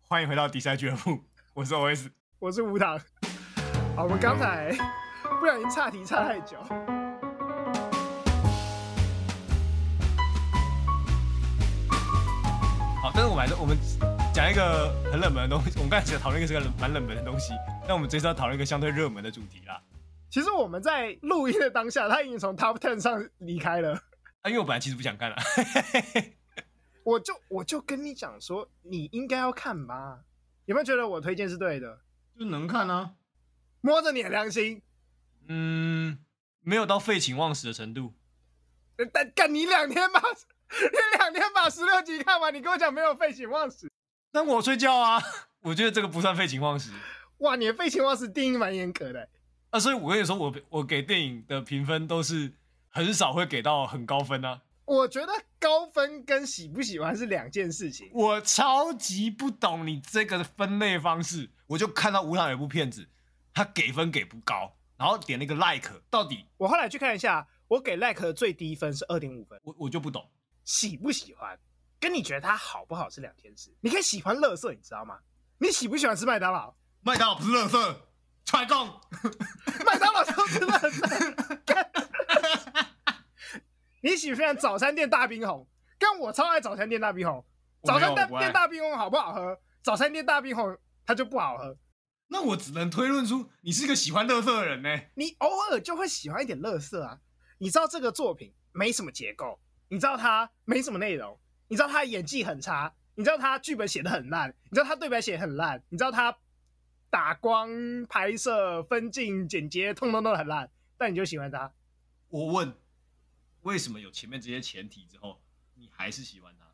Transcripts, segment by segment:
欢迎回到迪赛俱乐部，我是 OS。我是吴糖。好，我们刚才不小心岔题岔太久，好，但是我们还是我们讲一个很冷门的东西，我们刚才想讨论一个是个冷蛮冷门的东西，那我们这次要讨论一个相对热门的主题啦。其实我们在录音的当下，他已经从 Top Ten 上离开了。啊，因为我本来其实不想看了，我就我就跟你讲说，你应该要看吧？有没有觉得我推荐是对的？ 就能看啊。摸着你的良心，嗯，没有到废寝忘食的程度。呃但干你两天把 你两天把十六集看完，你跟我讲没有废寝忘食？但我睡觉啊， 我觉得这个不算废寝忘食哇，你的废寝忘食定义蛮严格的、啊。所以我跟你说，我我给电影的评分都是很少会给到很高分啊。我觉得高分跟喜不喜欢是两件事情。我超级不懂你这个分类方式。我就看到吴朗有部片子，他给分给不高，然后点了一个 like，到底我后来去看一下，我给 like 的最低分是二点五分。我我就不懂。喜不喜欢，跟你觉得它好不好是两件事。你可以喜欢乐色，你知道吗？你喜不喜欢吃麦当劳？ 麦当劳不是垃圾，出来供。麦当劳都是乐色。干你喜不喜欢早餐店大冰红？跟我超爱早餐店大冰红。我早没有餐店我不爱店大冰红好不好喝？早餐店大冰红它就不好喝。那我只能推论出你是个喜欢垃圾的人呢、你偶尔就会喜欢一点乐色啊。你知道这个作品没什么结构，你知道它没什么内容，你知道他演技很差，你知道他剧本写的很烂，你知道他对白写得很烂，你知道他打光、拍摄、分镜、剪接，通通都很烂，但你就喜欢他。我问，为什么有前面这些前提之后，你还是喜欢他？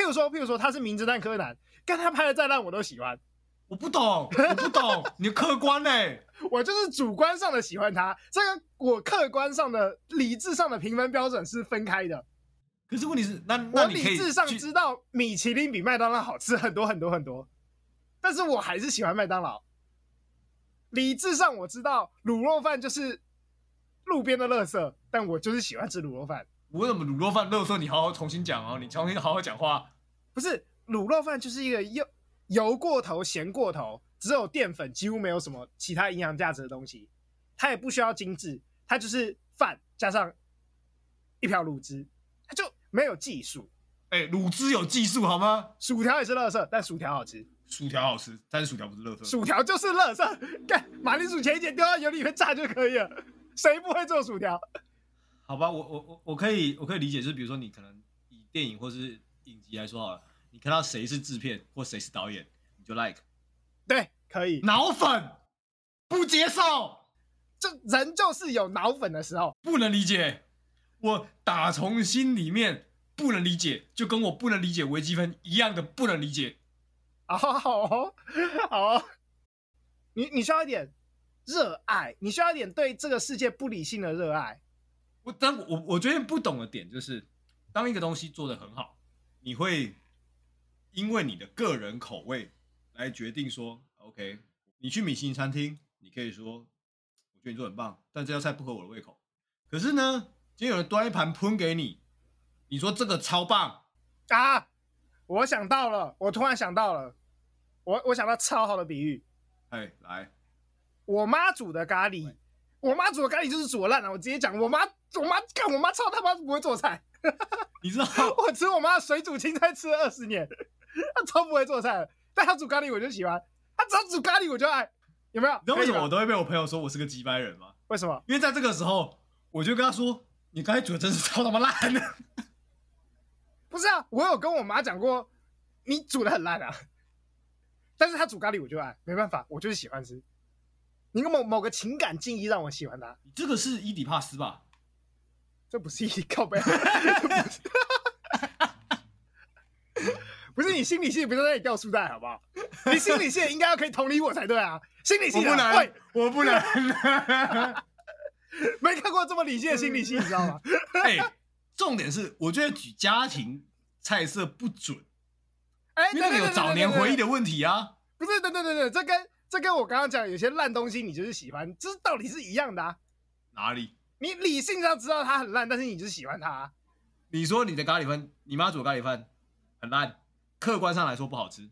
譬如说，譬如说他是名侦探柯南，但他拍的再烂我都喜欢，我不懂，我不懂， 你的客观呢、我就是主观上的喜欢他，这个我客观上的、理智上的评分标准是分开的。可是问题是，那那我你可理以智上去知道米其林比麦当劳好吃很多很多很多，但是我还是喜欢麦当劳。理智上我知道卤肉饭就是路边的垃圾，但我就是喜欢吃卤肉饭。我怎么卤肉饭垃圾？你好好重新讲哦，你重新好好讲话。不是卤肉饭就是一个油油过头、咸过头，只有淀粉，几乎没有什么其他营养价值的东西。它也不需要精致，它就是饭加上一瓢卤汁，它就没有技术。哎、卤汁有技术好吗？薯条也是垃圾，但薯条好吃。薯条好吃，但是薯条不是垃圾。薯条就是垃圾， 干马铃薯前一节丢到油里面炸就可以了。谁不会做薯条？好吧，我我我我可以我可以理解，就是比如说你可能以电影或是影集来说好了，你看到谁是制片或谁是导演，你就 like 对，可以。脑粉，不接受，这人就是有脑粉的时候。不能理解，我打从心里面不能理解，就跟我不能理解微积分一样的不能理解。好好哦，好哦。你你需要一点热爱，你需要一点对这个世界不理性的热爱。我但我我我觉得不懂的点就是，当一个东西做得很好，你会因为你的个人口味来决定说，OK，你去米其林餐厅，你可以说，我觉得你做得很棒，但这道菜不合我的胃口。可是呢，今天有人端一盘喷给你，你说这个超棒，啊，我想到了，我突然想到了，我我想到超好的比喻，哎，来，我妈煮的咖喱，我妈煮的咖喱就是煮的烂了、我直接讲，我妈我妈干我妈超他妈不会做菜，你知道 我吃我妈的水煮青菜吃了二十年，她超不会做菜的，但她煮咖喱我就喜欢，她只要煮咖喱我就爱，有没有？你知道为什么我的？都会被我朋友说我是个鸡掰人吗？为什么？因为在这个时候，我就跟他说，你刚才煮的真是超他妈烂的。 不是啊，我有跟我妈讲过，你煮的很烂啊，但是她煮咖喱我就爱，没办法，我就是喜欢吃。你某某个情感记忆让我喜欢她，你这个是伊底帕斯吧？这不是一靠背，啊 不是 你心理系不是在那里掉书袋好不好？你心理系应该要可以同理我才对啊，心理系我的不能喂，我不能。没看过这么理性的心理系，你知道吗？ 哎、重点是，我觉得举家庭菜色不准， 哎，因为那个有早年回忆的，的问题啊。不是？等等等等，这跟这跟我刚刚讲有些烂东西你就是喜欢，这道理是一样的啊。哪里？你理性上知道它很烂，但是你就是喜欢它啊、你说你的咖喱饭，你妈煮的咖喱饭很烂，客观上来说不好吃，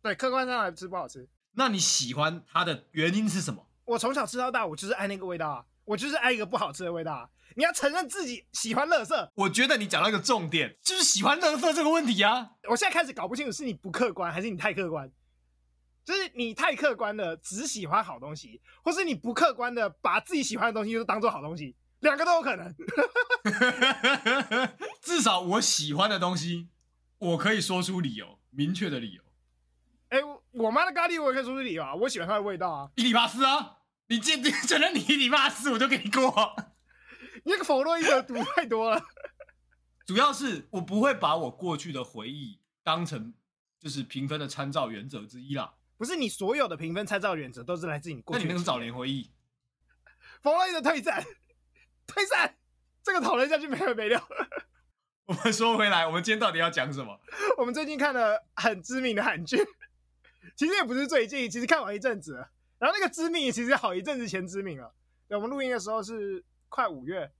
对，客观上来吃不好吃。那你喜欢它的原因是什么？我从小吃到大，我就是爱那个味道啊，我就是爱一个不好吃的味道啊。你要承认自己喜欢垃圾，我觉得你讲到一个重点，就是喜欢乐色这个问题啊。我现在开始搞不清楚是你不客观还是你太客观，就是你太客观的只喜欢好东西，或是你不客观的把自己喜欢的东西就当做好东西，两个都有可能。 至少我喜欢的东西，我可以说出理由，明确的理由。哎、我妈的咖喱我也可以说是理由啊，我喜欢它的味道啊。伊里巴斯啊，你见你承认你伊里巴斯，我就给你过。你那个弗洛伊德读太多了， 主要是我不会把我过去的回忆当成就是评分的参照原则之一啦。不是你所有的评分参照原则都是来自你过那去你那个的经验。是早年回忆，弗洛伊德退战，退战，这个讨论下去没完没了。 我们说回来，我们今天到底要讲什么？我们最近看了很知名的韩剧，其实也不是最近，其实看完一阵子了。然后那个知名其实好一阵子前知名了。对，我们录音的时候是快五月。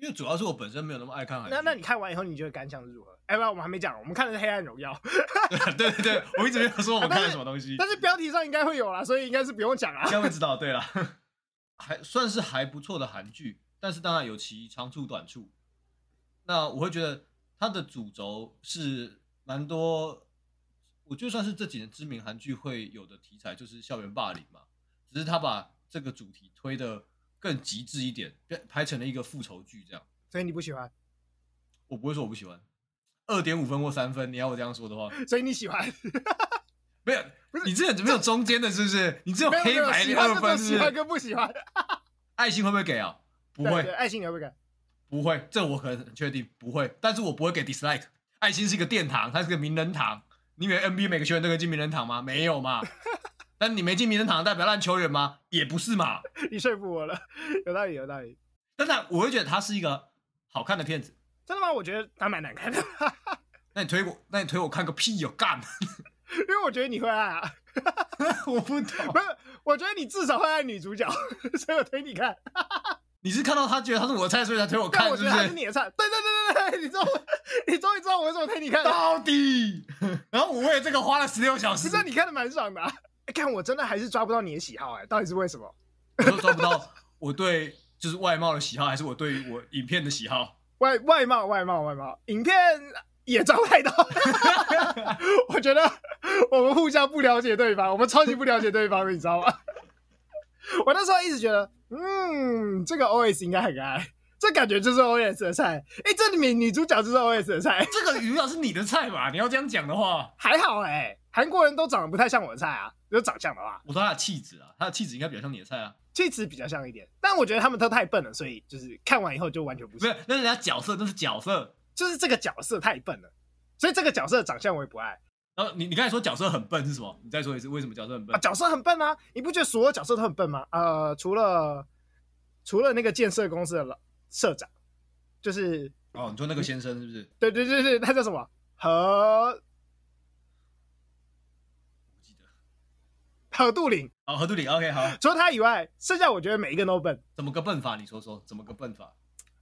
因为主要是我本身没有那么爱看韩剧。那那你看完以后，你觉得感想是如何？哎，不，我们还没讲，我们看的是《黑暗荣耀》， 对对对，我一直没有说我们看了什么东西，啊但是标题上应该会有啦，所以应该是不用讲啊啦。这样会知道。对了， 还算是还不错的韩剧，但是当然有其长处短处。那我会觉得它的主轴是蛮多，我就算是这几年知名韩剧会有的题材，就是校园霸凌嘛。只是他把这个主题推得更极致一点，变拍成了一个复仇剧这样。所以你不喜欢，我不会说我不喜欢，二点五分或三分，你要我这样说的话，所以你喜欢，没有，你这没有中间的，是不是？你只有 没有没黑有白喜的欢二就分，是是喜不欢是？跟不喜欢。爱心会不会给啊？不对对，会，爱情你会不会看？不会，这我可很确定不会，但是我不会给 dislike。爱心是一个殿堂，它是个名人堂。你以为 NBA 每个球员都可以进名人堂吗？没有 嘛。但你没进名人堂，代表烂球员吗？也不是嘛。你说服我了，有道理，有道理。但是我会觉得它是一个好看的片子。真的吗？我觉得还蛮难看的，那你推我，那你推我看个屁哟、干！ 因为我觉得你会爱啊。我不懂不，是，我觉得你至少会爱女主角， 所以我推你看。你是看到他觉得他是我的菜，所以才推我但看，我是觉不得她是是？你的菜。对对对对对，你终于你终于知道我为什么推你 看了。到底，然后我为了这个花了十六小不 时，是，你看的蛮爽的、啊。看我真的还是抓不到你的喜好哎、到底是为什么？我都抓不到我对就是外貌的喜好，还是我对于我影片的喜好。外外貌外貌外貌，影片也抓不太到。 我觉得我们互相不了解对方，我们超级不了解对方的，你知道吗？ 我那时候一直觉得，嗯，这个 OS 应该很爱，这感觉就是 OS 的菜。哎、这里面女主角就是 OS 的菜。这个鱼老啊是你的菜吧？你要这样讲的话，还好哎、韩国人都长得不太像我的菜啊，有长相的话，我说他的气质啊，他的气质应该比较像你的菜啊。气质比较像一点。但我觉得他们都太笨了，所以就是看完以后就完全不不是，是，那人家角色都是角色。就是这个角色太笨了，所以这个角色的长相我也不爱然后你你刚才说角色很笨是什么？你再说一次，为什么角色很笨啊。？角色很笨啊，你不觉得所有角色都很笨吗？呃，除了除了那个建设公司的老社长，就是哦，你说那个先生是不是？对对对对，他叫什么？何不记得。何杜林，好，何杜林，OK，好，除了他以外，剩下我觉得每一个都笨。怎么个笨法？你说说，怎么个笨法？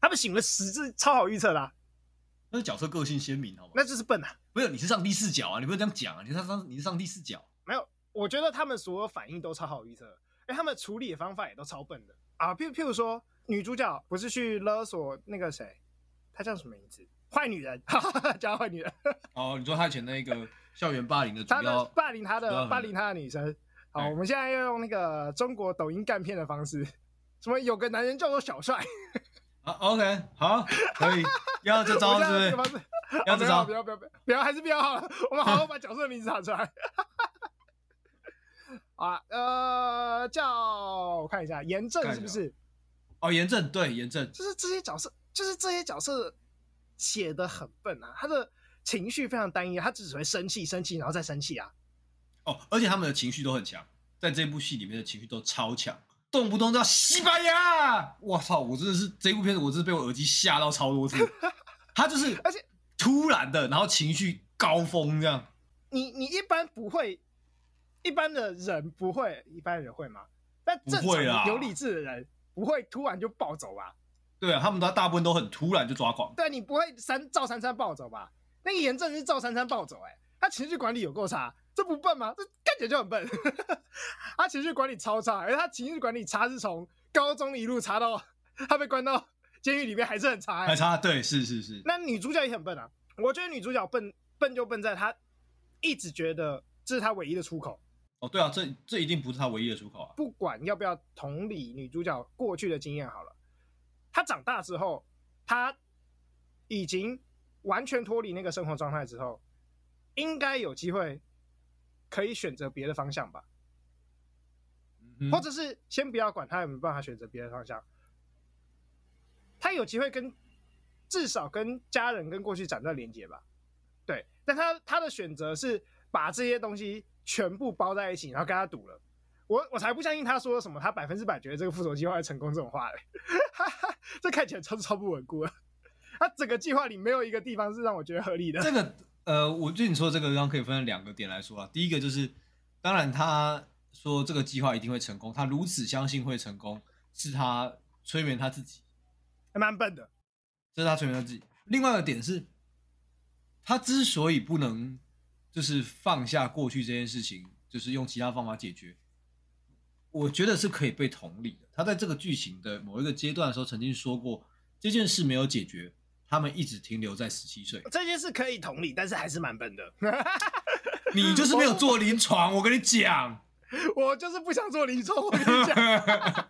他们醒了十字超好预测的啊、那是角色个性鲜明，好吗？那就是笨啊。不是，你是上帝视角啊，你不能这样讲啊，你是上你是上帝视角。没有，我觉得他们所有反应都超好预测的，哎，他们处理的方法也都超笨的啊。譬譬如说，女主角不是去勒索那个谁，她叫什么名字？坏女人， 哈哈哈，叫她坏女人，哦，你说他以前那个校园霸凌的主她的要，霸凌她主要的很霸凌她的女生。好，哎我们现在要用那个中国抖音干片的方式，什么有个男人叫做小帅，啊，OK，好，可以，要这我招们是现在用这个不方是？式，要啊这不招不要不要不要不要，还是不要好了。我们好好把角色的名字喊出来。 啊，呃，叫我看一下，严正是不看是？哦，严正，对，严正，就是这些角色，就是这些角色写的很笨啊，他的情绪非常单一，他只会生气、生气，然后再生气啊。哦，而且他们的情绪都很强，在这部戏里面的情绪都超强，动不动就要西班牙，我操，我真的是这部片子，我真是被我耳机吓到超 多次，他就是，而且突然的，然后情绪高峰这样，你你一般不会，一般的人不会，一般人会吗？但正不会啊啦常有理智的人不会突然就暴走吧？对啊，他们都大部分都很突然就抓狂，对，啊你不会三赵珊珊暴走吧？那个严正是赵珊珊暴走、欸，哎，他情绪管理有够差，这不笨吗？这看起来就很笨。 他情绪管理超差，而且他情绪管理差是从高中一路差到他被关到监狱里面还是很差、还欸。差对，是是是，那女主角也很笨啊，我觉得女主角笨笨就笨在她一直觉得这是她唯一的出口，哦对啊，这这一定不是他唯一的出口啊，不管要不要同理女主角过去的经验好了，她长大之后，她已经完全脱离那个生活状态之后，应该有机会可以选择别的方向吧。嗯或者是先不要管他有没有办法选择别的方向，他有机会跟至少跟家人跟过去斩断连接吧。对，但他他的选择是把这些东西全部包在一起，然后跟他赌了。我我才不相信他说什么他百分之百觉得这个复仇计划会成功这种话嘞， 这看起来超超不稳固了。 他整个计划里没有一个地方是让我觉得合理的。 这个呃，我对你说的这个，刚可以分成两个点来说啊。第一个就是，当然他说这个计划一定会成功，他如此相信会成功，是他催眠他自己，还蛮笨的，这是他催眠他自己。另外一个点是，他之所以不能就是放下过去这件事情，就是用其他方法解决，我觉得是可以被同理的。他在这个剧情的某一个阶段的时候，曾经说过这件事没有解决，他们一直停留在十七岁。这件事可以同理，但是还是蛮笨的。 你就是没有做临床，我跟你讲。我就是不想做临床，我跟你讲。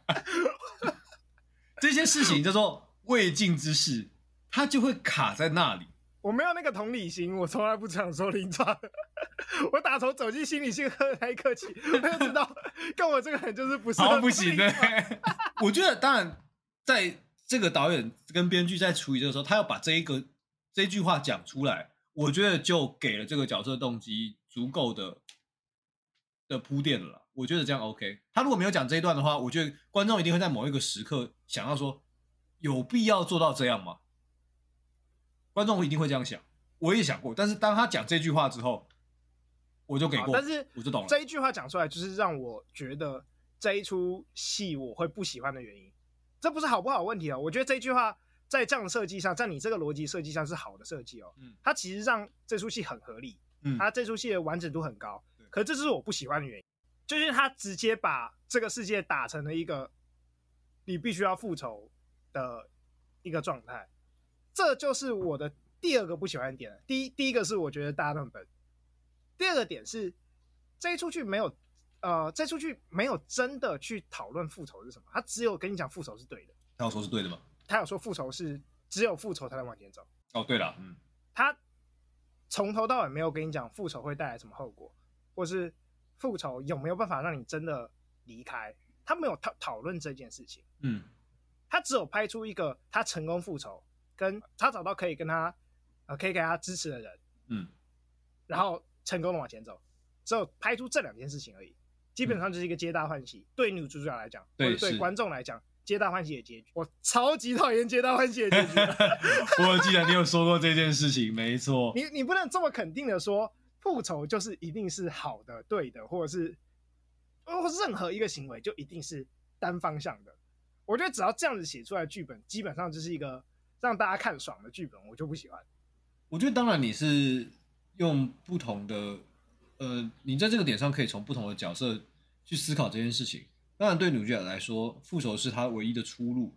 这些事情叫做未尽之事，它就会卡在那里。我没有那个同理心，我从来不想说临床。 我打从走进心理学科的那一刻起，我就 知道跟我这个人就是不适合好，不行做 的临床。。我觉得，当然，在这个导演跟编剧在处理这个时候，他要把这一个这一句话讲出来，我觉得就给了这个角色动机足够的的铺垫了啦。我觉得这样 OK。他如果没有讲这一段的话，我觉得观众一定会在某一个时刻想要说，有必要做到这样吗？观众一定会这样想，我也想过。但是当他讲这句话之后，我就给好过，但是我就懂了。这一句话讲出来，就是让我觉得这一出戏我会不喜欢的原因。这不是好不好的问题哦，我觉得这一句话在这样的设计上，在你这个逻辑设计上是好的设计哦。嗯它其实让这出戏很合理，嗯它这出戏的完整度很高对。可这是我不喜欢的原因，就是他直接把这个世界打成了一个你必须要复仇的一个状态，这就是我的第二个不喜欢的点了。第一，第一个是我觉得大家都很笨，第二个点是这一出剧没有，呃，这出剧没有真的去讨论复仇是什么，他只有跟你讲复仇是对的，他要说是对的吗？他有说复仇是只有复仇才能往前走。哦，对了，嗯。他从头到尾没有跟你讲复仇会带来什么后果，或是复仇有没有办法让你真的离开，他没有讨讨论这件事情，嗯，他只有拍出一个他成功复仇，跟他找到可以跟他呃可以给他支持的人，嗯， 然后成功的往前走，只有拍出这两件事情而已，基本上就是一个皆大欢喜。对女主角来讲，对或者对是观众来讲，皆大欢喜的结局，我超级讨厌皆大欢喜的结局的。我记得你有说过这件事情，没错。你你不能这么肯定的说复仇就是一定是好的、对的，或者是或任何一个行为就一定是单方向的。我觉得只要这样子写出来的剧本，基本上就是一个让大家看爽的剧本，我就不喜欢。我觉得当然你是用不同的，呃，你在这个点上可以从不同的角色去思考这件事情。当然，对女主角来说，复仇是她唯一的出路，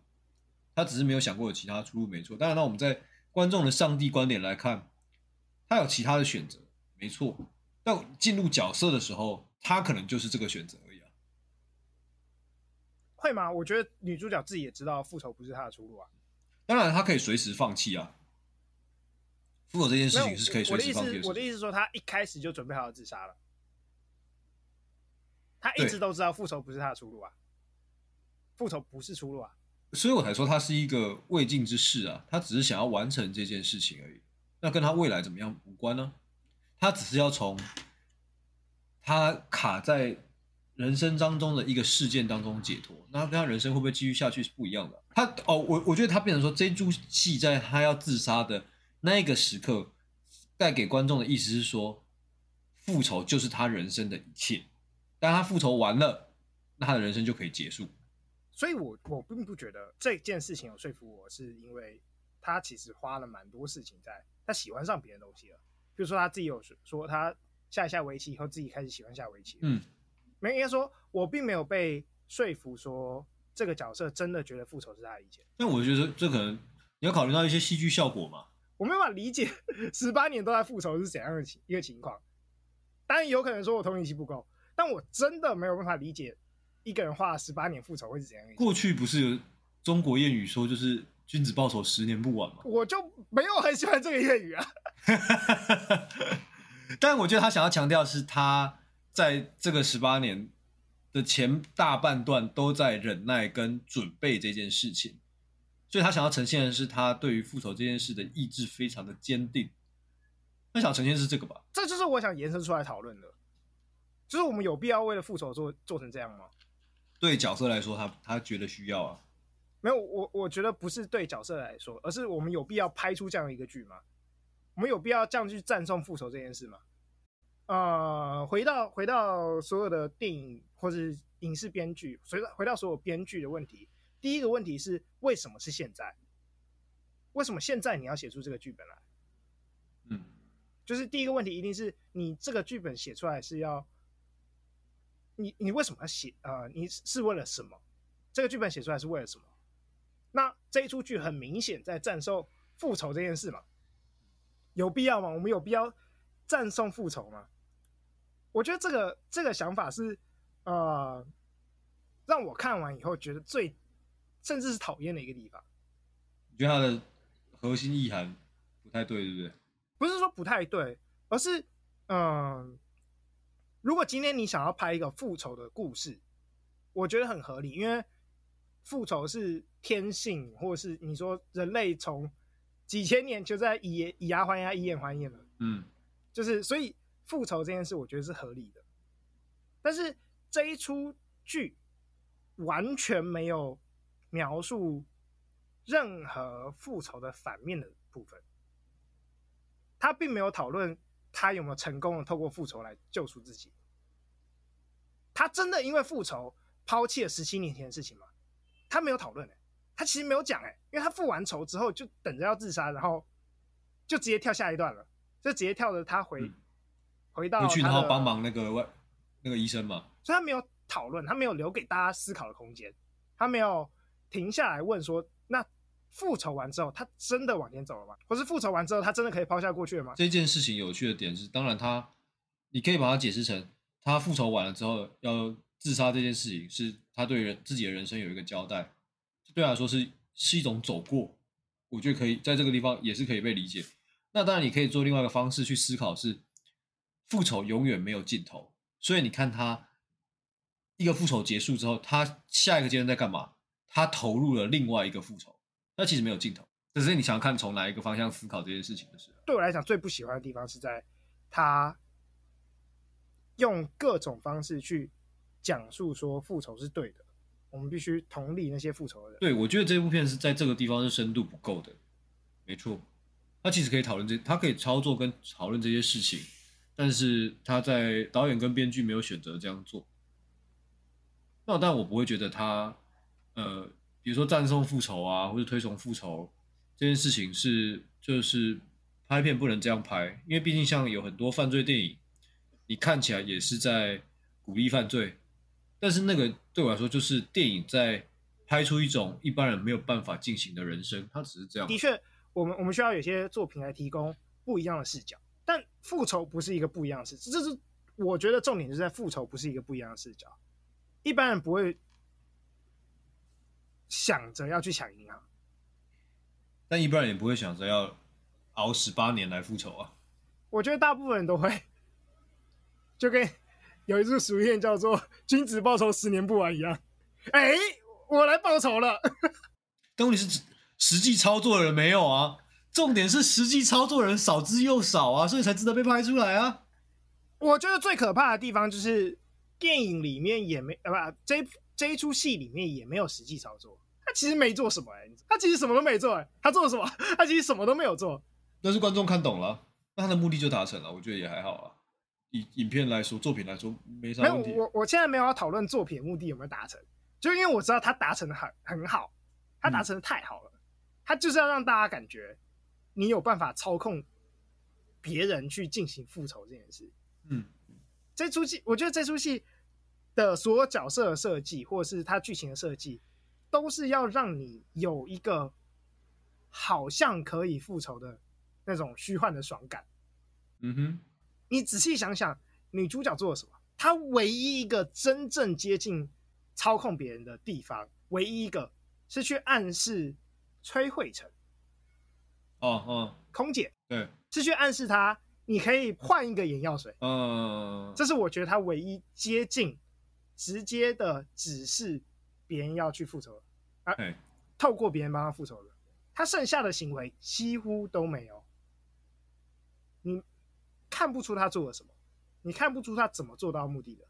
她只是没有想过有其他出路，没错。当然，那我们在观众的上帝观点来看，她有其他的选择，没错。但进入角色的时候，她可能就是这个选择而已啊。会吗？我觉得女主角自己也知道复仇不是她的出路啊。当然，她可以随时放弃啊。复仇这件事那情是可以我随的意时放弃思，事我的情意思是说，她一开始就准备好要自杀了。她一对直都知道复仇不是她的出路啊，复仇不是出路啊。所以我才说他是一个未尽之事啊，他只是想要完成这件事情而已，那跟他未来怎么样无关呢、他只是要从他卡在人生当中的一个事件当中解脱，那跟他人生会不会继续下去是不一样的啊、他哦，我我觉得他变成说这一出戏在他要自杀的那一个时刻，带给观众的意思是说，复仇就是他人生的一切，当他复仇完了，那他的人生就可以结束。所以我我并不觉得这件事情有说服我，是因为他其实花了蛮多事情在，他喜欢上别的东西了。比如说他自己有说说他下一下围棋以后，自己开始喜欢下围棋了。嗯没应该说，我并没有被说服说这个角色真的觉得复仇是他的意见，但我觉得这可能你要考虑到一些戏剧效果嘛。我没办法理解 十八年都在复仇是怎样的情一个情况。当然有可能说我同理心不够，但我真的没有办法理解一个人花了十八年复仇会是怎样的一个情况。过去不是有中国谚语说，就是君子报仇十年不晚嘛。 我就没有很喜欢这个谚语啊，但我觉得他想要强调的是，他在这个十八年的前大半段都在忍耐跟准备这件事情，所以他想要呈现的是他对于复仇这件事的意志非常的坚定。他想呈现是这个吧？这就是我想延伸出来讨论的，就是我们有必要为了复仇做做成这样吗？对角色来说，他他觉得需要啊。没有，我我觉得不是对角色来说，而是我们有必要拍出这样一个剧吗？我们有必要这样去赞颂复仇这件事吗？呃，回到回到所有的电影或是影视编剧，回到回到所有编剧的问题，第一个问题是为什么是现在？为什么现在你要写出这个剧本来？嗯，就是第一个问题一定是你这个剧本写出来是要，你你为什么要写？呃，你是是为了什么？这个剧本写出来是为了什么？那这一出剧很明显在赞颂复仇这件事嘛，有必要吗？我们有必要赞颂复仇吗？我觉得这个这个想法是，呃，让我看完以后觉得最甚至是讨厌的一个地方。你觉得他的核心意涵不太对，对不对？不是说不太对，而是嗯、如果今天你想要拍一个复仇的故事，我觉得很合理，因为复仇是天性，或者是你说人类从几千年就在以眼以牙还牙，以眼还眼了，嗯，就是所以复仇这件事，我觉得是合理的。但是这一出剧完全没有描述任何复仇的反面的部分，他并没有讨论他有没有成功的透过复仇来救赎自己。他真的因为复仇抛弃了十七年前的事情吗？他没有讨论、欸，他其实没有讲哎、因为他复完仇之后就等着要自杀，然后就直接跳下一段了，就直接跳着他回、嗯回回到去他然的后帮忙那个外那个医生嘛。所以他没有讨论，他没有留给大家思考的空间，他没有停下来问说，那复仇完之后，他真的往前走了吗？或是复仇完之后，他真的可以抛下过去了吗？这件事情有趣的点是，当然他，你可以把它解释成他复仇完了之后要自杀这件事情，是他对人自己的人生有一个交代，对他来说是是一种走过，我觉得可以在这个地方也是可以被理解。那当然，你可以做另外一个方式去思考是，复仇永远没有尽头，所以你看他一个复仇结束之后，他下一个阶段在干嘛？他投入了另外一个复仇，那其实没有尽头，只是你想看从哪一个方向思考这件事情的时候。对我来讲，最不喜欢的地方是在他用各种方式去讲述说复仇是对的，我们必须同理那些复仇的人。对，我觉得这部片是在这个地方是深度不够的，没错。他其实可以讨论这，他可以操作跟讨论这些事情，但是他在导演跟编剧没有选择这样做。那但我不会觉得他，呃，比如说赞颂复仇啊，或者推崇复仇这件事情是就是拍片不能这样拍，因为毕竟像有很多犯罪电影，你看起来也是在鼓励犯罪，但是那个对我来说就是电影在拍出一种一般人没有办法进行的人生，它只是这样。的确，我们我们需要有些作品来提供不一样的视角，但复仇不是一个不一样的视角，这是我觉得重点就是在复仇不是一个不一样的视角，一般人不会想着要去抢银行，但一般人也不会想着要熬十八年来复仇啊。我觉得大部分人都会，就跟有一句俗谚叫做“君子报仇十年不晚”一样，哎、我来报仇了，但问题是，实际操作的人没有啊。重点是实际操作的人少之又少啊，所以才值得被拍出来啊。我觉得最可怕的地方就是电影里面也没呃不这一这一出戏里面也没有实际操作，他其实没做什么哎、他其实什么都没做哎、他做了什么？他其实什么都没有做。但是观众看懂了啊，那他的目的就达成了，我觉得也还好啊。以影片来说，作品来说没没啥有，问题。我我现在没有要讨论作品目的有没有达成，就因为我知道他达成的很很好，他嗯达成的太好了，他就是要让大家感觉你有办法操控别人去进行复仇这件事，嗯，这出戏，我觉得这出戏的所有角色的设计，或者是它剧情的设计，都是要让你有一个好像可以复仇的那种虚幻的爽感。嗯哼，你仔细想想，女主角做了什么？她唯一一个真正接近操控别人的地方，唯一一个是去暗示崔慧成哦哦，空姐，对，是去暗示她你可以换一个眼药水。嗯，这是我觉得他唯一接近直接的指示别人要去复仇了，哎，透过别人帮他复仇的。他剩下的行为几乎都没有，你看不出他做了什么，你看不出他怎么做到目的的。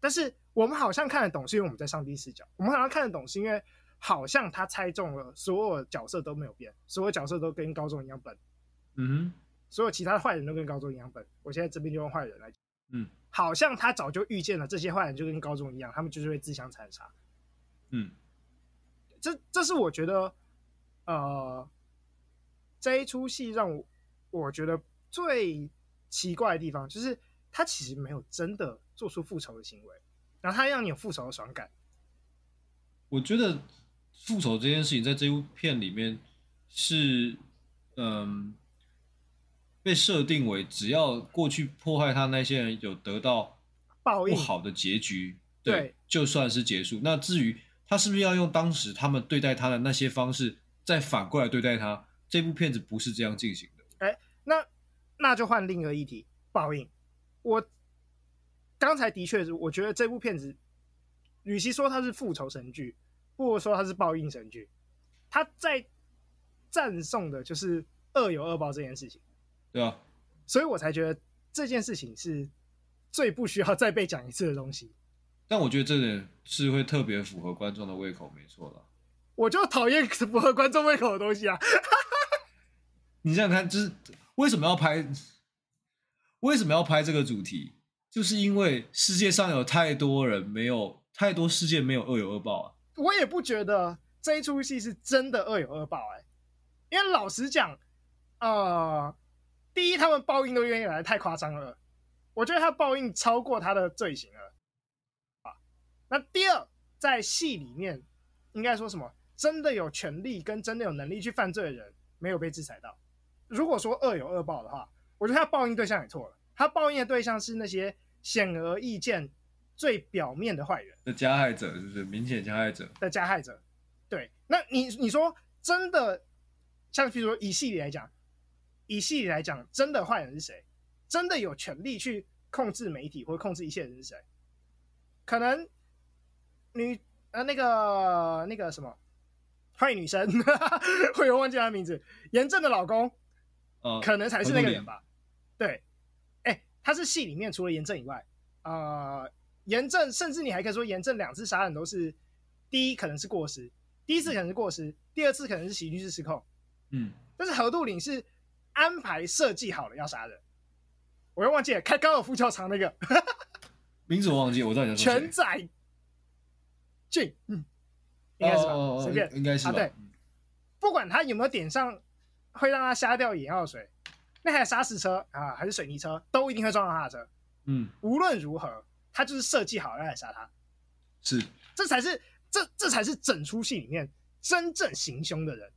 但是我们好像看得懂，是因为我们在上帝视角；我们好像看得懂，是因为好像他猜中了所有角色都没有变，所有角色都跟高中一样笨，嗯哼，所有其他的坏人都跟高中一样笨。我现在这边就用坏人来讲嗯好像他早就预见了这些坏人就跟高中一样，他们就是会自相残杀。嗯这这是我觉得，呃，这一出戏让我我觉得最奇怪的地方，就是他其实没有真的做出复仇的行为，然后他让你有复仇的爽感。我觉得复仇这件事情在这部片里面是，嗯，被设定为只要过去迫害他那些人有得到报应不好的结局，对就算是结束。那至于他是不是要用当时他们对待他的那些方式，再反过来对待他，这部片子不是这样进行的。那那就换另一个议题，报应。我刚才的确是，我觉得这部片子，与其说它是复仇神剧，不如说它是报应神剧。它在赞颂的就是恶有恶报这件事情，对吧、所以我才觉得这件事情是最不需要再被讲一次的东西。但我觉得这点是会特别符合观众的胃口，没错啦。我就讨厌符合观众胃口的东西啊！你想想看，就是为什么要拍，为什么要拍这个主题，就是因为世界上有太多人没有，太多世界没有恶有恶报啊。我也不觉得这一出戏是真的恶有恶报哎、因为老实讲，呃，第一他们报应都愿意来得太夸张了，我觉得他报应超过他的罪行了啊。那第二，在戏里面应该说什么？真的有权利跟真的有能力去犯罪的人没有被制裁到。如果说恶有恶报的话，我觉得他报应对象也错了，他报应的对象是那些显而易见、最表面的坏人。那加害者是不是明显加害者？的加害者。对，那你你说真的，像比如说以戏里来讲，以戏里来讲，真的坏人是谁？真的有权利去控制媒体或控制一切人是谁？可能女呃那个那个什么坏女生， 会有忘记她的名字，严正的老公啊、可能才是那个何仲人林吧？对，哎、他是戏里面除了严正以外，呃，严正甚至你还可以说严正两次杀人都是第一可能是过失，第一次可能是过失，第二次可能是喜剧式失控，嗯，但是何杜岭是安排设计好了要杀人，我又忘记了开高尔夫球场那个名字我忘记，我知道你在说谁全仔俊，嗯，应该是吧，哦哦哦随便应该是吧。啊对嗯不管他有没有点上会让他瞎掉眼药水，那台砂石车啊还是水泥车，都一定会撞到他的车。嗯，无论如何，他就是设计好要来杀他，是这才是这这才是整出戏里面真正行凶的人，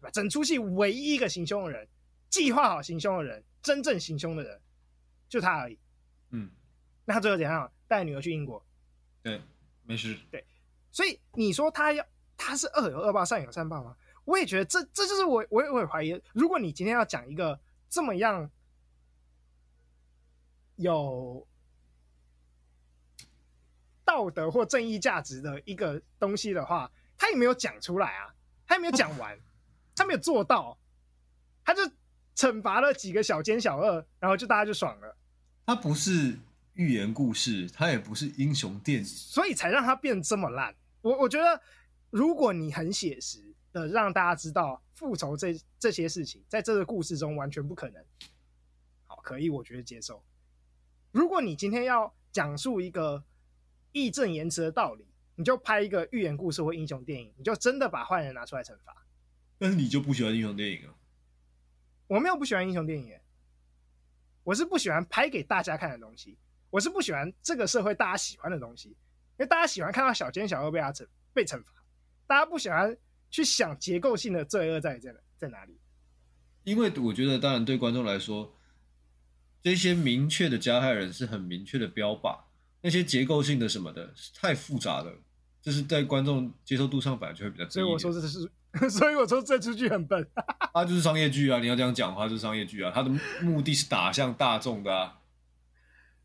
对吧？整出戏唯一一个行凶的人，计划好行凶的人，真正行凶的人，就他而已。嗯，那他最后怎样？带女儿去英国，对，没事。所以你说他要他是恶有恶报，善有善报吗？我也觉得这这就是我我也我也怀疑，如果你今天要讲一个这么样有道德或正义价值的一个东西的话，他也没有讲出来啊，他也没有讲完， 他没有做到，他就惩罚了几个小奸小恶，然后就大家就爽了，它不是寓言故事，它也不是英雄电影。所以才让它变这么烂。我我觉得，如果你很写实的让大家知道复仇这这些事情，在这个故事中完全不可能，好，可以，我觉得接受。如果你今天要讲述一个义正言辞的道理，你就拍一个寓言故事或英雄电影，你就真的把坏人拿出来惩罚。但是你就不喜欢英雄电影啊？我没有不喜欢英雄电影耶，我是不喜欢拍给大家看的东西，我是不喜欢这个社会大家喜欢的东西，因为大家喜欢看到小奸小恶被他惩被惩罚，大家不喜欢去想结构性的罪恶在在哪在哪里。因为我觉得，当然对观众来说，这些明确的加害人是很明确的标靶，那些结构性的什么的是太复杂了，这是在观众接受度上本来就会比较低一所以点。我说这是， 所以我说这出剧很笨。 它就是商业剧啊，你要这样讲的话就是商业剧啊，它的目的是打向大众的啊。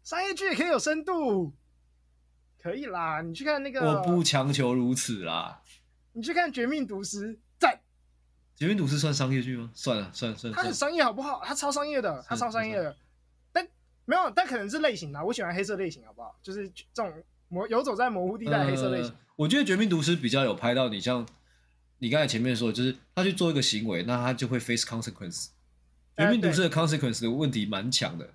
商业剧也可以有深度，可以啦。你去看那我个，不强求如此啦。你去看《绝命毒师》，赞， 《绝命毒师》算商业剧吗？算了，算了算了算它很了。商业好不好？它超商业的，它超商业的。但没有，但可能是类型啦。我喜欢黑色类型，好不好？就是这种模游走在模糊地带的黑色类型呃。我觉得《绝命毒师》比较有拍到你像你刚才前面说的，就是他去做一个行为，那他就会 face consequence。哎绝命毒师》的 consequence 的问题蛮强的，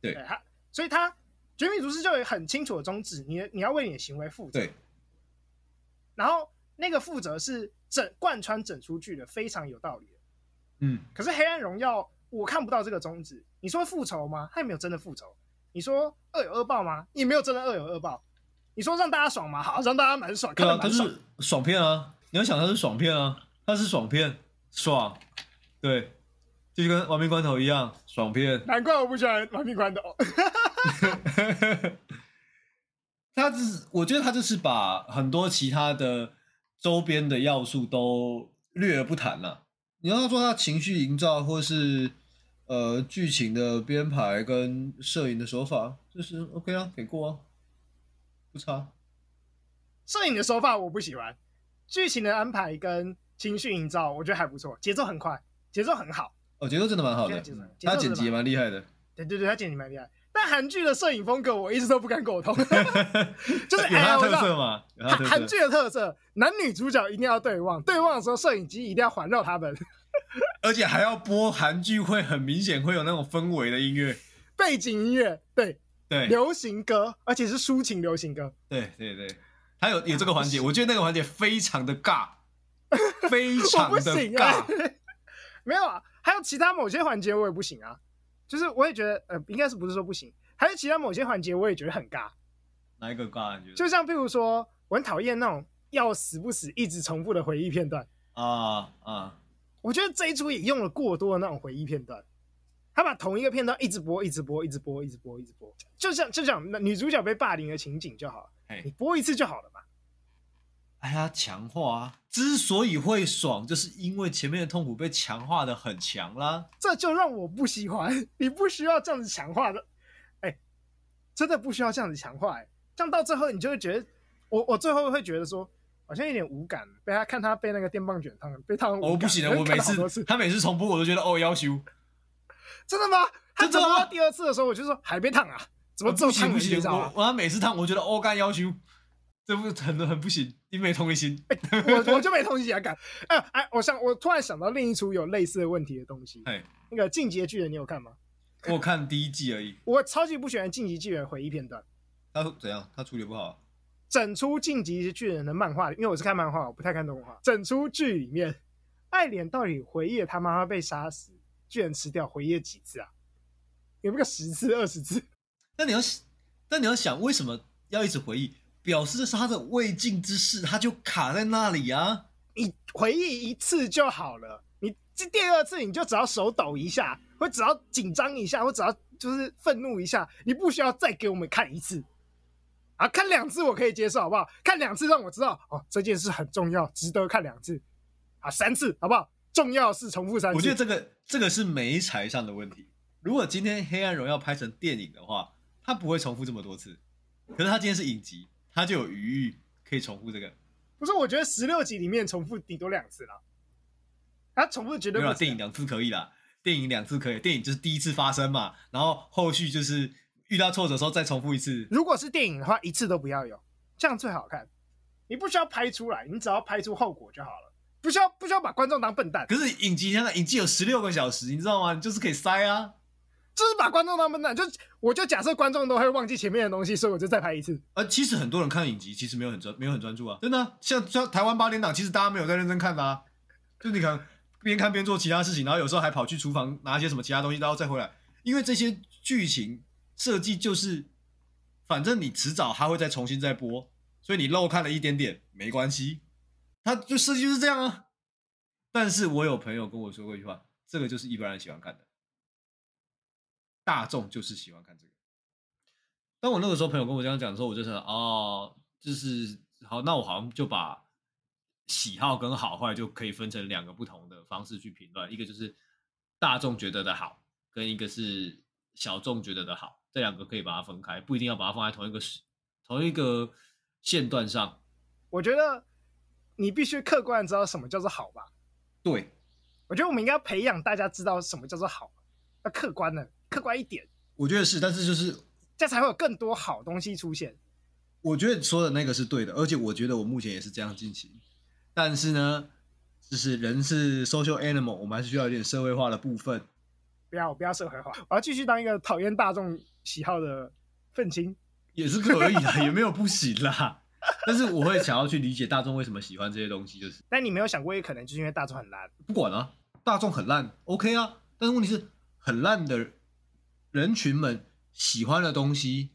对对它，所以它《绝命毒师》就有很清楚的宗旨，你你要为你的行为负责。对，然后那个负责是整贯穿整出剧的，非常有道理的。嗯，可是黑暗荣耀我看不到这个宗旨。你说复仇吗？他也没有真的复仇。你说恶有恶报吗？也没有真的恶有恶报。你说让大家爽吗？好，让大家蛮爽，对看啊得，他蛮爽。是爽片啊，你要想他是爽片啊，他是爽片，爽，对，就跟《亡命关头》一样，爽片。难怪我不喜欢玩命关头。他只是，我觉得他就是把很多其他的周边的要素都略而不谈了、你要说他情绪营造，或是呃剧情的编排跟摄影的手法，就是 OK 啊，给过啊，不差。摄影的手法我不喜欢，剧情的安排跟情绪营造我觉得还不错，节奏很快，节奏很好。哦，节奏真的蛮好的，节奏嗯节奏他剪辑也蛮厉害的。对对对，他剪辑蛮厉害。但韩剧的摄影风格我一直都不敢苟同， 就有是哎他呀的我特知道色嘛，有他韩的特韩色。剧的特色，男女主角一定要对望，对望的时候摄影机一定要环绕他们，而且还要播韩剧，会很明显会有那种氛围的音乐。背景音乐对对，流行歌，而且是抒情流行歌。对对对，他有有这啊个环节，我觉得那个环节非常的尬， 非我常不的行啊尬。， 没有啊，还有其他某些环节我也不行啊，就是我也觉得呃，应该是不是说不行，还有其他某些环节我也觉得很尬，哪一个尬？你觉得？就像譬如说，我很讨厌那种要死不死一直重复的回忆片段，啊啊，我觉得这一出也用了过多的那种回忆片段，他把同一个片段一直播，一直播，一直播，一直播，一直播，就像就像那女主角被霸凌的情景就好了，你哎，播一次就好了嘛。哎呀，强化啊！之所以会爽，就是因为前面的痛苦被强化的很强啦。这就让我不喜欢。你不需要这样子强化的，哎、真的不需要这样子强化、哎，这样到最后你就会觉得，我我最后会觉得说，好像有点无感，被他看他被那个电棒卷烫，被烫无感。哦，不行了，我看每了好多次他每次重播，我都觉得哦，要求真的吗？他真的怎吗么到第二次的时候，我就说还被烫啊？怎么不这么行烫不人这行，招啊我？我他每次烫，我觉得哦，干要求，这不很很不行，因为同理心。哎 我我就没同情啊，感。哎哎，我想我突然想到另一出有类似的问题的东西，哎，那个《进击的巨人》，你有看吗？我看第一季而已，我超级不喜欢《进击巨人》回忆片段。他怎样？他处理不好啊？整出《晋级巨人》的漫画，因为我是看漫画，我不太看动画。整出剧里面，爱莲到底回忆了他妈妈被杀死、巨人吃掉，回忆了几次啊？有没有个十次、二十次？但你要，但你要想，为什么要一直回忆？表示这是他的未尽之事，他就卡在那里啊。你回忆一次就好了，你这第二次你就只要手抖一下，或只要紧张一下，或只要就是愤怒一下，你不需要再给我们看一次。啊，看两次我可以接受，好不好？看两次让我知道哦，这件事很重要，值得看两次。啊，三次好不好？重要是重复三次。我觉得这个这个是媒材上的问题。如果今天《黑暗荣耀》拍成电影的话，它不会重复这么多次。可是它今天是影集，它就有余裕可以重复这个。不是，我觉得十六集里面重复顶多两次啦，他重复绝没对有啊啦不止电影两次可以啦，电影两次可以，电影就是第一次发生嘛，然后后续就是遇到挫折的时候再重复一次。如果是电影的话，一次都不要有，这样最好看。你不需要拍出来，你只要拍出后果就好了，不需要不需要把观众当笨蛋，可是影集现在影集有十六个小时，你知道吗？你就是可以塞啊。就是把观众当笨蛋。就我就假设观众都会忘记前面的东西，所以我就再拍一次。呃，其实很多人看影集，其实没有很专，没有很专注啊，真的啊、像像台湾八点档，其实大家没有在认真看的啊，就你可能边看边做其他事情，然后有时候还跑去厨房拿一些什么其他东西，然后再回来。因为这些剧情设计就是，反正你迟早它会再重新再播，所以你漏看了一点点没关系，它就设计就是这样啊。但是我有朋友跟我说过一句话，这个就是一般人喜欢看的，大众就是喜欢看这个。当我那个时候朋友跟我这样讲的时候，我就想哦，就是好，那我好像就把喜好跟好坏就可以分成两个不同的方式去评论，一个就是大众觉得的好，跟一个是小众觉得的好，这两个可以把它分开，不一定要把它放在同一个时同一个线段上。我觉得你必须客观地知道什么叫做好吧。对，我觉得我们应该培养大家知道什么叫做好，要客观的，客观一点，我觉得是，但是就是这样才会有更多好东西出现。我觉得说的那个是对的，而且我觉得我目前也是这样进行。但是呢，就是人是 social animal，我们还是需要一点社会化的部分。不要，不要社会化，我要继续当一个讨厌大众喜好的愤青。也是可以的， 也没有不行啦。但是我会想要去理解大众为什么喜欢这些东西，就是但你没有想过，也可能就是因为大众很烂。不管啊，大众很烂，OK 啊。但是问题是，很烂的人群们喜欢的东西，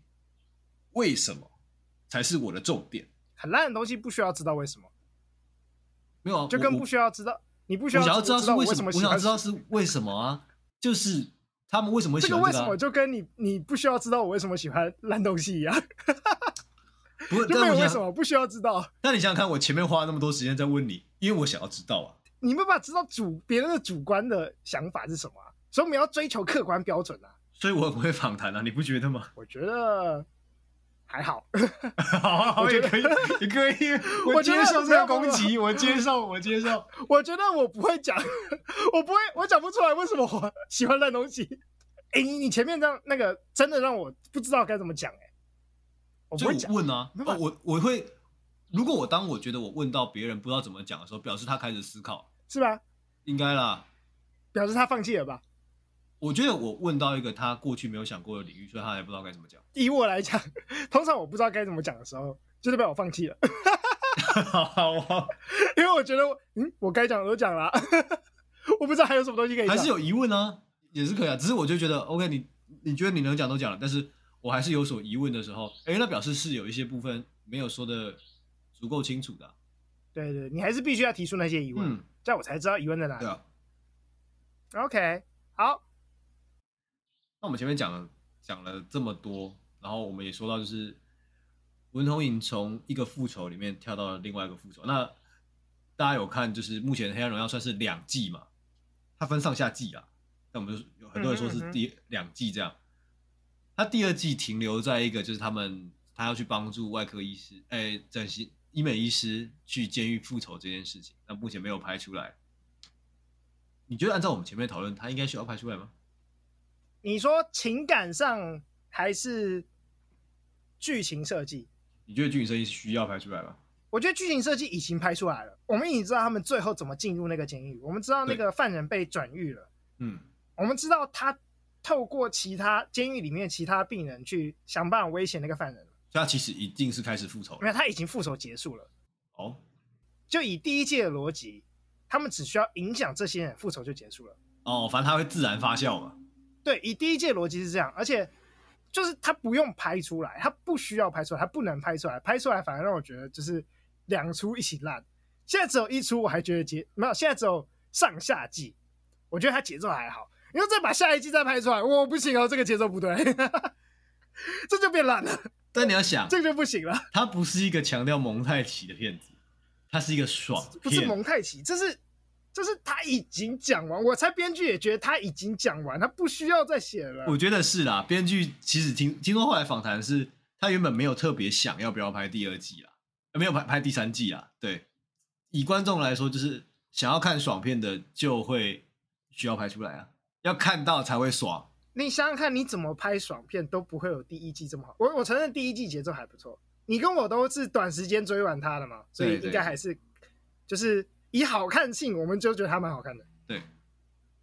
为什么才是我的重点？很烂的东西不需要知道为什么，没有啊，就我跟我不需要知道，你不我需要想要知道是我为什么，我喜想欢知道是为什么啊？就是他们为什么会这喜个欢为个什啊么就跟你你不需要知道我为什么喜欢烂东西一 样，不是，就没但有我为想什么不需要知道。但你想想看，我前面花了那么多时间在问你，因为我想要知道啊。你没有办法知道主别人的主观的想法是什么啊、所以我们要追求客观标准啊。所以我很会访谈啊，你不觉得吗？我觉得还好， 好，好，我也觉得可以，也可以，我我觉接得受这没有个攻 击，我接受，我接受。我觉得我不会讲，我不会，我讲不出来为什么我喜欢烂东西。哎、你你前面这样那个真的让我不知道该怎么讲哎、我不所会以讲我，问啊，没办哦法我我会，如果我当我觉得我问到别人不知道怎么讲的时候，表示他开始思考，是吧？应该啦。表示他放弃了吧？我觉得我问到一个他过去没有想过的领域，所以他还不知道该怎么讲。以我来讲，通常我不知道该怎么讲的时候，就代表我放弃了， 好啊，因为我觉得我，嗯，我该讲的都讲了啊， 我不知道还有什么东西可以讲。还是有疑问啊，也是可以啊。只是我就觉得，OK，你你觉得你能讲都讲了，但是我还是有所疑问的时候，诶，那表示是有一些部分没有说的足够清楚的啊、对对，你还是必须要提出那些疑问，嗯，啊这样我才知道疑问在哪里对。啊。 OK，好，那我们前面讲了讲了这么多，然后我们也说到，就是文红影从一个复仇里面跳到了另外一个复仇。那大家有看，就是目前《黑暗荣耀》算是两季嘛，它分上下季啊。但我们就是有很多人说嗯哼嗯是哼第两季这样。它第二季停留在一个就是他们他要去帮助外科医师，哎、整形医美医师去监狱复仇这件事情，那目前没有拍出来。你觉得按照我们前面讨论，他应该需要拍出来吗？你说情感上还是剧情设计？你觉得剧情设计需要拍出来吗？我觉得剧情设计已经拍出来了，我们已经知道他们最后怎么进入那个监狱，我们知道那个犯人被转狱了，嗯，我们知道他透过其他监狱里面其他病人去想办法威胁那个犯人了，所以他其实一定是开始复仇因为了。他已经复仇结束了。哦，就以第一届的逻辑，他们只需要影响这些人复仇就结束了。哦，反正他会自然发酵嘛。对，以第一届逻辑是这样，而且就是他不用拍出来，他不需要拍出来，他不能拍出来，拍出来反而让我觉得就是两出一起烂。现在只有一出，我还觉得节没有，现在只有上下季，我觉得他节奏还好。你要再把下一季再拍出来，我不行哦，这个节奏不对， 这就变烂了，但你要想，这个就不行了。它不是一个强调蒙太奇的片子，它是一个爽不是片。蒙太奇，这是这是他已经讲完，我猜编剧也觉得他已经讲完，他不需要再写了。我觉得是啦，编剧其实听听说后来访谈是，他原本没有特别想要不要拍第二季啦，呃没有拍拍第三季啦。对，以观众来说，就是想要看爽片的就会需要拍出来啊，要看到才会爽。你想想看，你怎么拍爽片都不会有第一季这么好。我我承认第一季节奏还不错，你跟我都是短时间追完它的嘛，所以对对应该还是就是以好看性，我们就觉得它蛮好看的。对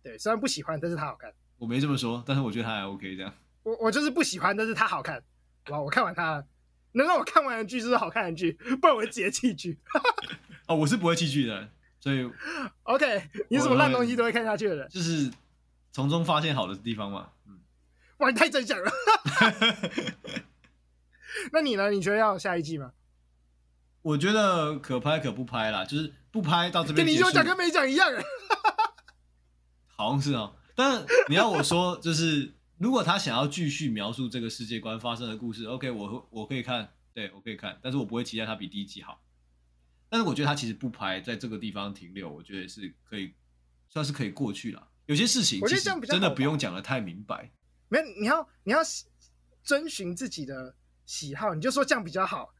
对，虽然不喜欢，但是它好看。我没这么说，但是我觉得他还 OK 这样。我我就是不喜欢，但是它好看。哇，我看完它了，能让我看完的剧就是好看的剧，不然我会直接弃剧。哦，我是不会弃剧的，所以 OK，你什么烂东西都会看下去的人。就是从中发现好的地方嘛。嗯，哇，你太真相了。 那你呢？你觉得要有下一季吗？我觉得可拍可不拍啦，就是不拍到这跟边你结束有，讲跟没讲一样。啊好像是哦。但你要我说，就是如果他想要继续描述这个世界观发生的故事，OK，我会我可以看，对我可以看，但是我不会期待它比第一季好。但是我觉得他其实不拍在这个地方停留，我觉得是可以，算是可以过去了。有些事情我觉其得实这样比较好真的吧不用讲的太明白。没有，你要你要喜遵循自己的喜好，你就说这样比较好。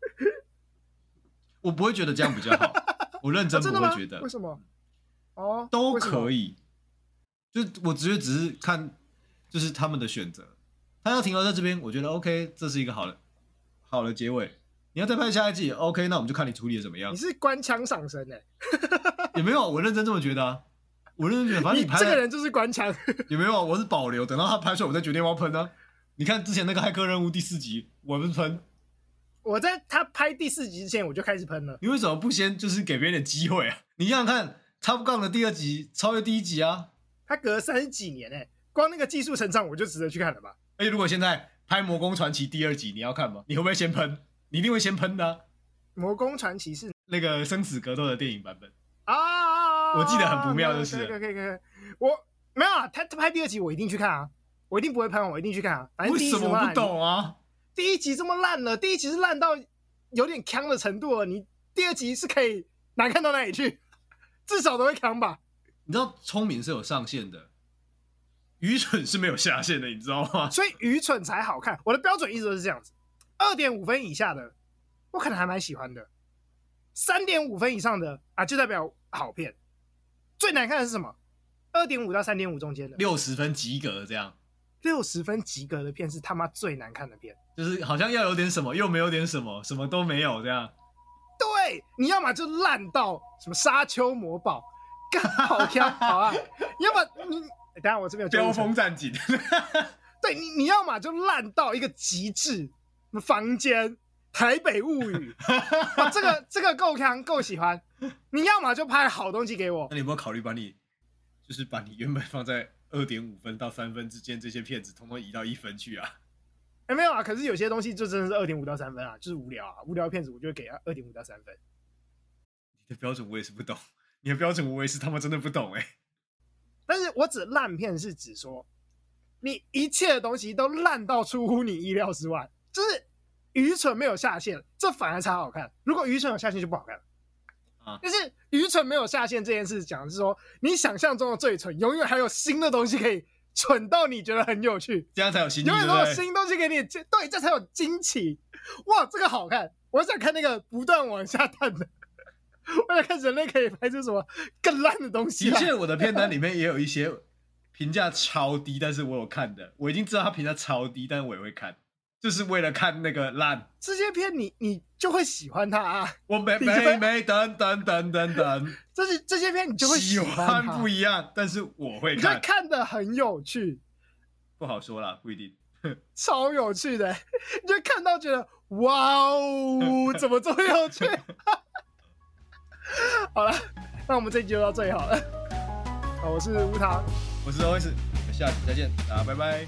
我不会觉得这样比较好，我认真 啊不真的会吗觉得为什么？哦，都为什么可以。就我只是只是看，就是他们的选择。他要停留在这边，我觉得 OK，这是一个好的好的结尾。你要再拍下一季，OK，那我们就看你处理的怎么样你。是官腔上身哎、也没有，我认真这么觉得啊。我认真觉得，反正啊你你拍这个了人就是官腔。 也没有，我是保留，等到他拍出来，我再决定要不要喷啊。你看之前那个骇客任务第四集，我们喷，我在他拍第四集之前我就开始喷了，你为什么不先就是给别人点机会啊？你想想看，《Top Gun》的第二集超越第一集啊，他隔了三十几年哎、光那个技术成长我就值得去看了吧？而且如果现在拍《魔宫传奇》第二集，你要看吗？你会不会先喷？你一定会先喷的啊、 《魔宫传奇》是那个生死格斗的电影版本，啊，我记得很不妙就是可以可以可以，我没有啊，他他拍第二集我一定去看啊，我一定不会喷，我一定去看啊。反正为第一什集么这我烂不？懂啊？第一集这么烂了，第一集是烂到有点坑的程度了，你第二集是可以难看到哪里去，至少都会坑吧？你知道聪明是有上限的，愚蠢是没有下限的，你知道吗？所以愚蠢才好看，我的标准一直都是这样子，二点五分以下的我可能还蛮喜欢的，三点五分以上的啊就代表好片。最难看的是什么？二点五到三点五中间的。 六十分及格，这样六十分及格的片是他妈最难看的片。就是好像要有点什么，又没有点什么，什么都没有，这样对，你要么就烂到什么沙丘魔堡，干好挑好啊，要么你等一下我这边有纠正成，战警。对你你要么就烂到一个极致，什么房间。台北物语，啊、这个这个够看够喜欢，你要么就拍好东西给我 那，你有没有考虑把你，就是把你原本放在二点五分到三分之间这些片子，通通移到一分去啊？哎、没有啊，可是有些东西就真的是二点五到三分啊，就是无聊啊，无聊的片子我就会给二点五到三分。你的标准我也是不懂，你的标准我也是他妈真的不懂哎、但是我指烂片是指说，你一切的东西都烂到出乎你意料之外，就是愚蠢没有下限，这反而才好看。如果愚蠢有下限就不好看了。啊但是愚蠢没有下限这件事讲的是说，你想象中的最蠢，永远还有新的东西可以蠢到你觉得很有趣，这样才有新意，永对远不都有对？新东啊西给你惊，对，这才有惊奇。哇，这个好看，我想看那个不断往下探的， 我想看人类可以拍出什么更烂的东西啊的来。确，我的片单里面也有一些评价超低，但是我有看的，我已经知道他评价超低，但是我也会看，就是为了看那个烂。这些片你你就会喜欢它啊，我没你就会没没等等等等等，这是这些片你就会喜欢欢它，不一样，但是我会你就会看，看的很有趣，不好说啦，不一定。超有趣的，你就会看到觉得哇 哦，怎么这么有趣？好了，那我们这集就到这里好了。好，我是吴糖。我是 OS，下期再见，大家拜拜。